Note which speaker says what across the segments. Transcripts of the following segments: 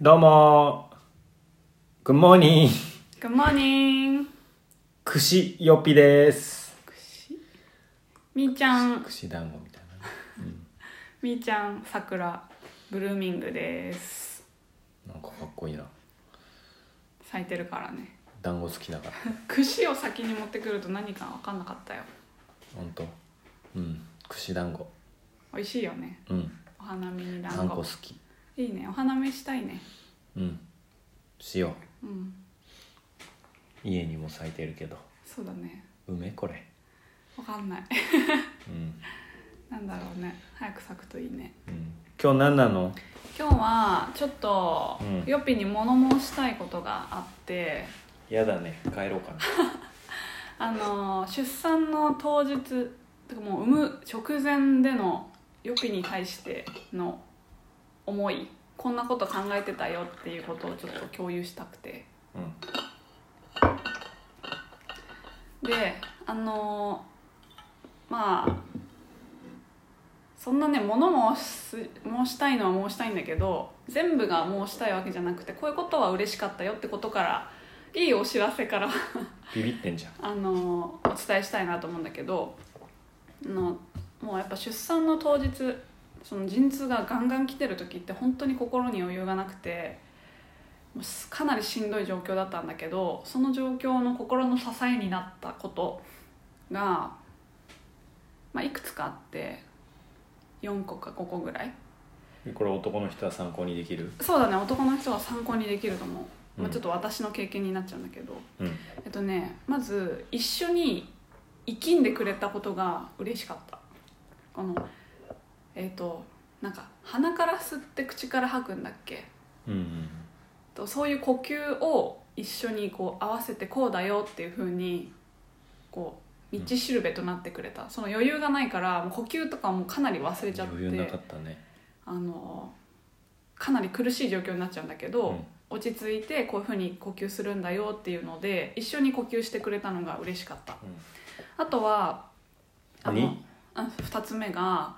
Speaker 1: どうもグッモーニング
Speaker 2: Good morning!
Speaker 1: くしよぴです
Speaker 2: みーちゃん、
Speaker 1: くし団子みたい
Speaker 2: みーちゃん、さくら、ブルーミングです。
Speaker 1: ななんかかっこいいな
Speaker 2: 咲いてるからね。
Speaker 1: 団子好きだから
Speaker 2: 串を先に持ってくると何か分かんなかったよ。
Speaker 1: ほんとうんくし団子
Speaker 2: 美味しいよね。
Speaker 1: うん
Speaker 2: お花見に
Speaker 1: 団
Speaker 2: 団
Speaker 1: 子
Speaker 2: 子
Speaker 1: 好。き
Speaker 2: いいね。お花見したいね。
Speaker 1: うんしよ
Speaker 2: うん。
Speaker 1: う家にも咲いてるけど
Speaker 2: そうだね。
Speaker 1: 梅これ
Speaker 2: 分かんない。
Speaker 1: うん、
Speaker 2: なんだろうね。早く咲くといいね。
Speaker 1: うん、今日何なの
Speaker 2: 今日はちょっと
Speaker 1: うん、
Speaker 2: よっぴに物申したいことがあって、
Speaker 1: やだね帰ろうかな
Speaker 2: あの出産の当日てかもう産む直前での予備に対しての思いこんなこと考えてたよっていうことをちょっと共有したくて
Speaker 1: うん
Speaker 2: であのまあそんなね物申す申したいのは申したいんだけど全部が申したいわけじゃなくてこういうことは嬉しかったよってことからいいお知らせから
Speaker 1: ビビってんじゃん
Speaker 2: あのお伝えしたいなと思うんだけどあのもうやっぱ出産の当日その陣痛がガンガン来てる時って本当に心に余裕がなくてもうすかなりしんどい状況だったんだけどその状況の心の支えになったことが、まあ、いくつかあって4個か5個ぐらい
Speaker 1: これ男の人は参考にできる
Speaker 2: そうだね男の人は参考にできると思う、ま
Speaker 1: う
Speaker 2: あ、
Speaker 1: ん
Speaker 2: ちょっと私の経験になっちゃうんだけど、
Speaker 1: うん
Speaker 2: えっとねまず一緒に生きんでくれたことが嬉しかったこのえっ、となんか鼻から吸って口から吐くんだっけ
Speaker 1: うん
Speaker 2: とそういう呼吸を一緒にこう合わせてこうだよっていう風にこう道しるべとなってくれた、その余裕がないからもう呼吸とかもかなり忘れちゃって
Speaker 1: 余裕なかったね
Speaker 2: あのかなり苦しい状況になっちゃうんだけど、
Speaker 1: うん
Speaker 2: 落ち着いてこういうふうに呼吸するんだよっていうので一緒に呼吸してくれたのが嬉しかったあとはあの
Speaker 1: 何
Speaker 2: あ2つ目が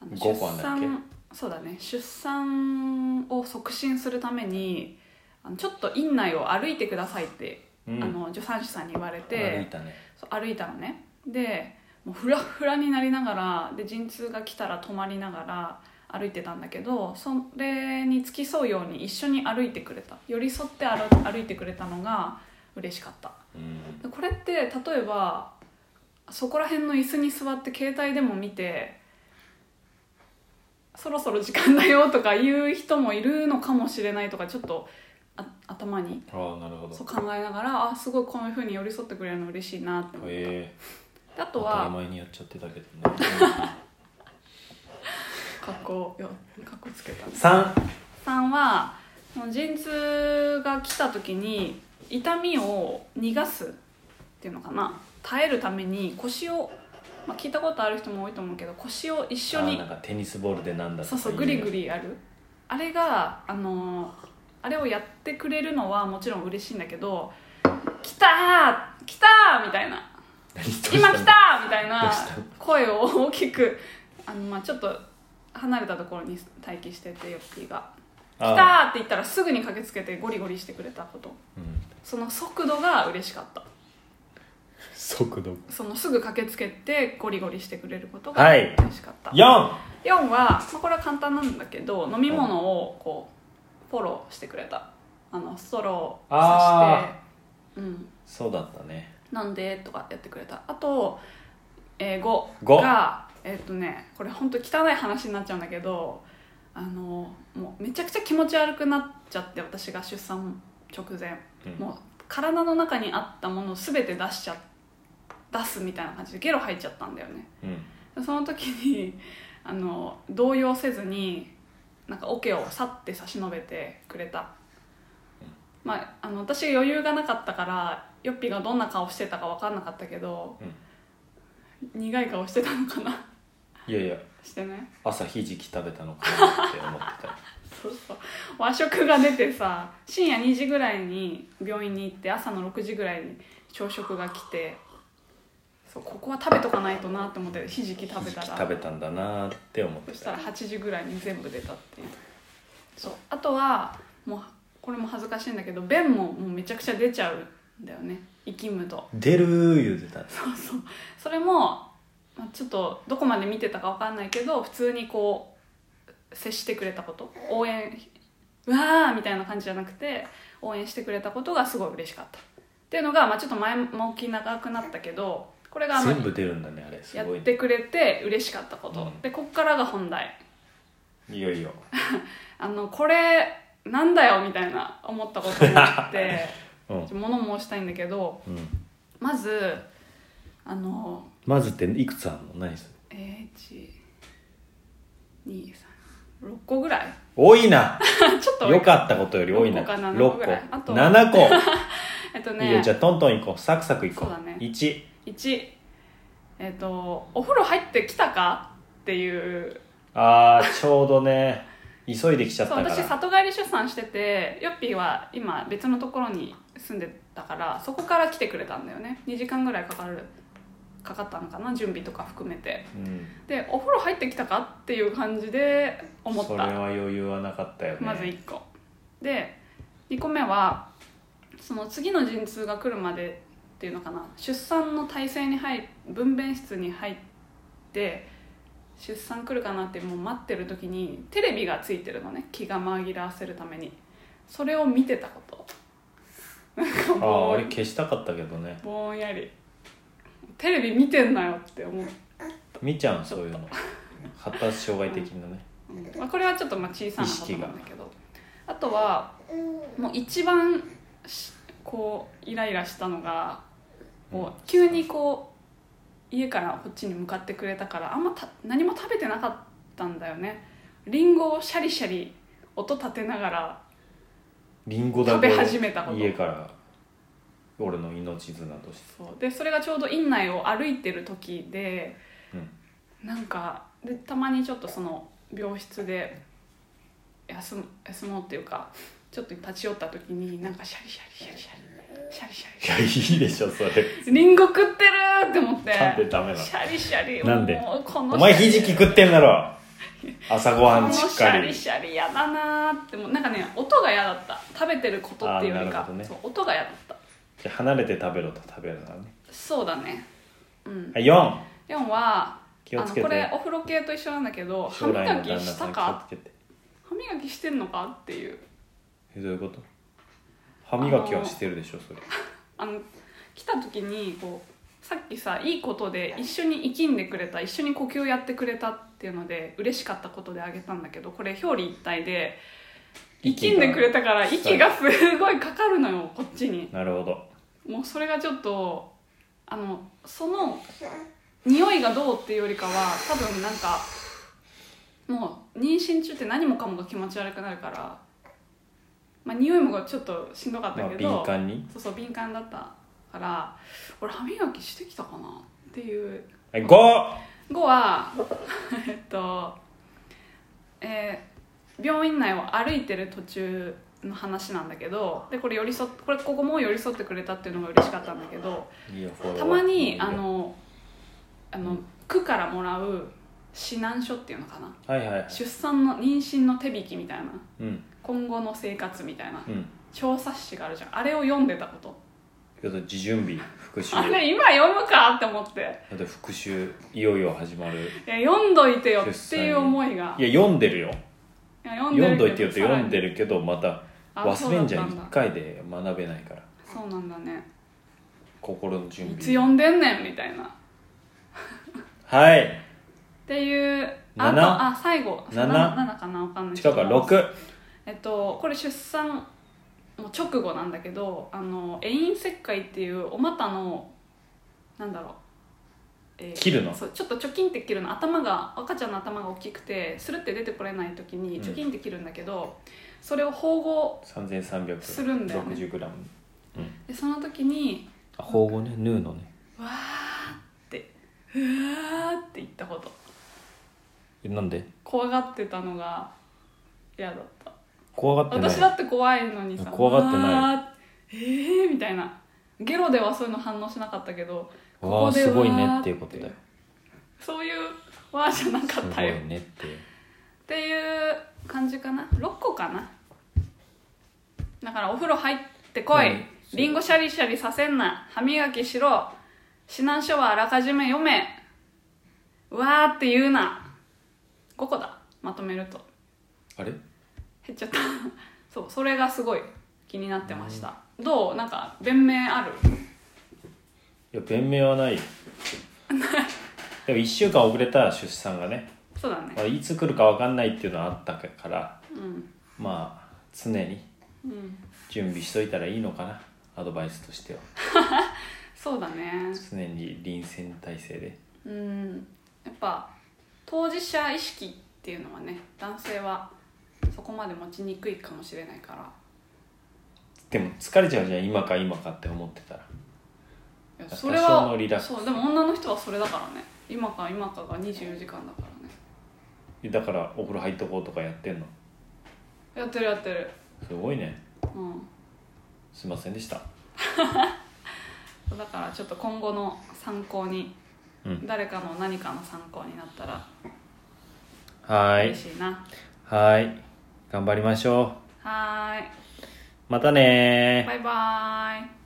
Speaker 2: あの
Speaker 1: 五個あん
Speaker 2: 出
Speaker 1: だっけ
Speaker 2: 産そうだね出産を促進するためにあのちょっと院内を歩いてくださいって、
Speaker 1: うん
Speaker 2: あの助産師さんに言われて
Speaker 1: 歩いたね
Speaker 2: そう歩いたのねでもうフラフラになりながらで陣痛が来たら止まりながら歩いてたんだけどそれに付き添うように一緒に歩いてくれた寄り添って歩歩いてくれたのが嬉しかった
Speaker 1: うん
Speaker 2: でこれって例えばそこら辺の椅子に座って携帯でも見てそろそろ時間だよとか言う人もいるのかもしれないとかちょっとあ頭に
Speaker 1: ああなるほど
Speaker 2: そう考えながらあすごいこういうふうに寄り添ってくれるの嬉しいなって思った。
Speaker 1: え
Speaker 2: であ
Speaker 1: え当た
Speaker 2: と
Speaker 1: り
Speaker 2: は
Speaker 1: 前にやっちゃってたけ どね
Speaker 2: 格好よ格好つけた
Speaker 1: 三
Speaker 2: 3はもう陣痛が来た時に痛みを逃がすっていうのかな耐えるために腰を、まあ、聞いたことある人も多いと思うけど腰を一緒
Speaker 1: あー
Speaker 2: に
Speaker 1: なんかテニスボールでなんだ
Speaker 2: そうそうグリグ
Speaker 1: リ
Speaker 2: リやるあれがあのーあれをやってくれるのはもちろん嬉しいんだけど「来たー来たー!」みたいな今来たみたい
Speaker 1: ど
Speaker 2: な
Speaker 1: うした
Speaker 2: 声を大きくあの、まあ、ちょっと離れたところに待機しててヨッピーが「来た!」って言ったらすぐに駆けつけてゴリゴリしてくれたこと
Speaker 1: うん
Speaker 2: その速度が嬉しかった
Speaker 1: 速度
Speaker 2: そのすぐ駆けつけてゴリゴリしてくれることが
Speaker 1: はい
Speaker 2: 嬉しかった、
Speaker 1: 四
Speaker 2: 4は、まあ、これは簡単なんだけど飲み物をこうフォローしてくれたあのストローをさして「うん、
Speaker 1: そうだったね
Speaker 2: 飲んで」とかやってくれたあと、えー、5
Speaker 1: 五
Speaker 2: がえーっ、とねこれ本当汚い話になっちゃうんだけどあのもうめちゃくちゃ気持ち悪くなっちゃって私が出産直前
Speaker 1: うん
Speaker 2: もう体の中にあったものを全て出しちゃ出すみたいな感じでゲロ吐いちゃったんだよね
Speaker 1: うん
Speaker 2: その時に あの動揺せずになんか桶を去って差し伸べてくれた、まあ、あの私余裕がなかったからヨッピーがどんな顔してたか分かんなかったけど、苦い顔してたのかな
Speaker 1: いやいや
Speaker 2: してね
Speaker 1: 朝ひじき食べたのかなって思ってた
Speaker 2: そうそう和食が出てさ深夜2時ぐらいに病院に行って朝の6時ぐらいに朝食が来てそうここは食べとかないとなって思ってひじき 食
Speaker 1: ひ
Speaker 2: べ
Speaker 1: じ
Speaker 2: た
Speaker 1: き
Speaker 2: ら
Speaker 1: 食べたんだなって思っ
Speaker 2: そ
Speaker 1: て
Speaker 2: し
Speaker 1: た
Speaker 2: たら8時ぐらいに全部出たっていうそうあとはもうこれも恥ずかしいんだけど便ももうめちゃくちゃ出ちゃうんだよね生きむと
Speaker 1: 出る言うてた
Speaker 2: そうそうそれも、まあ、ちょっとどこまで見てたかわかんないけど普通にこう接してくれたこと応援うわーみたいな感じじゃなくて応援してくれたことがすごい嬉しかったっていうのが、まあ、ちょっと前もき長くなったけどこれがあの
Speaker 1: 全部出るんだねあれす
Speaker 2: や
Speaker 1: ご
Speaker 2: っ
Speaker 1: い
Speaker 2: てくれて嬉しかったこと、
Speaker 1: うん
Speaker 2: でこっからが本題
Speaker 1: いよいよ
Speaker 2: あのこれなんだよみたいな思ったことになって
Speaker 1: うん、
Speaker 2: 物申したいんだけど
Speaker 1: うん、
Speaker 2: まずあの
Speaker 1: まずっていくつあるの何する
Speaker 2: えー、123 6個ぐらい
Speaker 1: 多いな
Speaker 2: ちょっと多
Speaker 1: 良
Speaker 2: い
Speaker 1: かったことより多いな
Speaker 2: 六個か七個
Speaker 1: 六
Speaker 2: ぐらいあと
Speaker 1: 7個
Speaker 2: えっと
Speaker 1: いいよ
Speaker 2: ね
Speaker 1: じゃあトントン行こうサクサク行こ
Speaker 2: そうだ
Speaker 1: う
Speaker 2: ね
Speaker 1: 1
Speaker 2: 1えっとお風呂入ってきたかっていう
Speaker 1: ああちょうどね急いできちゃっ
Speaker 2: そう
Speaker 1: たか
Speaker 2: 私
Speaker 1: ら
Speaker 2: 里帰り出産しててヨッピーは今別のところに住んでたからそこから来てくれたんだよね2時間ぐらいかかるかかったのかな準備とか含めて
Speaker 1: うん
Speaker 2: でお風呂入ってきたかっていう感じで思っ
Speaker 1: それ
Speaker 2: た
Speaker 1: は余裕はなかったよね
Speaker 2: まず1個で2個目はその次の陣痛が来るまでっていうのかな出産の体制に入り分娩室に入って出産来るかなってもう待ってる時にテレビがついてるのね気が紛らわせるためにそれを見てたこと
Speaker 1: ああ俺消したかったけどね
Speaker 2: ぼんやりテレビ見てんなよって思う
Speaker 1: 見ちゃうんそういうの発達障害的なね、
Speaker 2: まあ、これはちょっとまあ小さなことなんだけどあとはもう一番しこうイライラしたのがこう急にこう家からこっちに向かってくれたからあんまた何も食べてなかったんだよねりんごをシャリシャリ音立てながら
Speaker 1: リンゴだ
Speaker 2: 食
Speaker 1: け
Speaker 2: べ始めたこと
Speaker 1: 家から俺の命綱として
Speaker 2: そうでそれがちょうど院内を歩いてる時で、なんかでたまにちょっとその病室で休む休もうっていうかちょっと立ち寄った時になんかシャリシャリシャリシャリシャリシャ
Speaker 1: いやい
Speaker 2: リ
Speaker 1: いでしょそれ
Speaker 2: リンゴ食ってるーって思って
Speaker 1: なんでダメなの
Speaker 2: シャリシャリ
Speaker 1: なんで
Speaker 2: もうこの
Speaker 1: お前ひじき食ってんだろ朝ご
Speaker 2: ご
Speaker 1: はんしっか
Speaker 2: シャリ
Speaker 1: り
Speaker 2: シャリやだなーってもうなんかね音が嫌だった食べてることっていうより
Speaker 1: あーなる
Speaker 2: か
Speaker 1: ほ、どね
Speaker 2: そう音が嫌だった
Speaker 1: じゃあ離れて食べろと食べるからね
Speaker 2: そうだねうん
Speaker 1: はい4
Speaker 2: 4は
Speaker 1: 気をつけて
Speaker 2: あのこれお風呂系と一緒なんだけど歯
Speaker 1: 将来
Speaker 2: 磨
Speaker 1: の旦那
Speaker 2: きした
Speaker 1: さん
Speaker 2: か
Speaker 1: 気をつけて
Speaker 2: 歯磨きしてんのかっていう
Speaker 1: えどういうこと歯磨きはしてるでしょそれ
Speaker 2: あの来た時にこうさっきさいいことで一緒に生きんでくれた一緒に呼吸やってくれたっていうので嬉しかったことであげたんだけどこれ表裏一体で生きんでくれたから息がすごいかかるのよこっちに
Speaker 1: なるほど
Speaker 2: もうそれがちょっとあのその匂いがどうっていうよりかは多分なんかもう妊娠中って何もかもが気持ち悪くなるから、まあ、匂いもちょっとしんどかっ
Speaker 1: ま
Speaker 2: た
Speaker 1: あ
Speaker 2: けど、
Speaker 1: 敏感に
Speaker 2: そうそう敏感だったから俺歯磨きしてきたかなっていう
Speaker 1: はい5
Speaker 2: 5は えっとえー病院内を歩いてる途中の話なんだけどでこれ寄り添っこれここも寄り添ってくれたっていうのが嬉しかったんだけど
Speaker 1: いいよフォロー
Speaker 2: たま
Speaker 1: いい
Speaker 2: に
Speaker 1: よ
Speaker 2: あのあの区からもらう指南書っていうのかな
Speaker 1: はいはい
Speaker 2: 出産の妊娠の手引きみたいな
Speaker 1: うん
Speaker 2: 今後の生活みたいな
Speaker 1: うん
Speaker 2: 調査誌があるじゃんあれを読んでたこと
Speaker 1: ちょっと自準備復習
Speaker 2: あれ今読むかって思って
Speaker 1: だって復習いよいよ始まる
Speaker 2: いや読んどいてよっていう思いが
Speaker 1: いや読んでるよ
Speaker 2: いや読
Speaker 1: 読ん
Speaker 2: る
Speaker 1: どいてよって読んでるけどまた
Speaker 2: さらにあ
Speaker 1: 忘れんじゃ
Speaker 2: そうんだ
Speaker 1: 1
Speaker 2: った
Speaker 1: 回で学べないから
Speaker 2: そうなんだね
Speaker 1: 心の準
Speaker 2: いつ
Speaker 1: 備
Speaker 2: 読んでんねんみたいなっ
Speaker 1: はい
Speaker 2: ていうあ
Speaker 1: 七
Speaker 2: とあ最後
Speaker 1: 七
Speaker 2: な七かなわかんない
Speaker 1: 近くは6
Speaker 2: えっとこれ出産の直後なんだけどあの遠因切開っていうお股のなんだろう、えー
Speaker 1: 切るの
Speaker 2: そうちょっとチョキンって切るの頭が赤ちゃんの頭が大きくてスルって出てこれない時
Speaker 1: う
Speaker 2: に
Speaker 1: ん
Speaker 2: チョキンって切るんだけど、それを縫合するんだよね
Speaker 1: 3360g
Speaker 2: でその時に
Speaker 1: あ縫合ね縫うのね
Speaker 2: わーってうわーって言ったこと
Speaker 1: えなんで
Speaker 2: 怖がってたのが嫌だった
Speaker 1: 怖がってない
Speaker 2: 私だって怖いのにさ
Speaker 1: 怖がってない
Speaker 2: いええー、みたいなゲロではそういうの反応しなかったけど
Speaker 1: わあ
Speaker 2: ここでわー
Speaker 1: すごいねっていうことだよ
Speaker 2: そういうわーじゃなか
Speaker 1: す
Speaker 2: っ
Speaker 1: ご
Speaker 2: た
Speaker 1: い
Speaker 2: よっ
Speaker 1: ねっていう
Speaker 2: ていう感じかな6個かなだからお風呂入ってこい、
Speaker 1: うん
Speaker 2: リンゴシャリシャリさせんな歯磨きしろ指南書はあらかじめ読めうわーって言うな5個だまとめると
Speaker 1: あれ
Speaker 2: 減っちゃった そうそれがすごい気になってました、どうなんか弁明ある
Speaker 1: いや弁明はないでも1週間遅れた出産がね、
Speaker 2: そうだね
Speaker 1: まあ、いつ来るか分かんないっていうのはあったから
Speaker 2: うん
Speaker 1: まあ常に
Speaker 2: うん
Speaker 1: 準備しといたらいいのかなアドバイスとしては
Speaker 2: そうだね
Speaker 1: 常に臨戦態勢で
Speaker 2: うんやっぱ当事者意識っていうのはね男性はそこまで持ちにくいかもしれないから
Speaker 1: でも疲れちゃうじゃん今か今かって思ってたら
Speaker 2: いや
Speaker 1: 多
Speaker 2: それ
Speaker 1: 少
Speaker 2: は
Speaker 1: のリラックス
Speaker 2: そうでも女の人はそれだからね今か今かが24時間だからね
Speaker 1: だからお風呂入っとこうとかやってんの
Speaker 2: やってるやってる
Speaker 1: すごいね
Speaker 2: うん
Speaker 1: すいませんでした
Speaker 2: そうだからちょっと今後の参考に、
Speaker 1: うん
Speaker 2: 誰かの何かの参考になったら
Speaker 1: はー
Speaker 2: 嬉
Speaker 1: い
Speaker 2: しいな
Speaker 1: はーい頑張りましょ
Speaker 2: はーいう
Speaker 1: またねー
Speaker 2: バイバーイ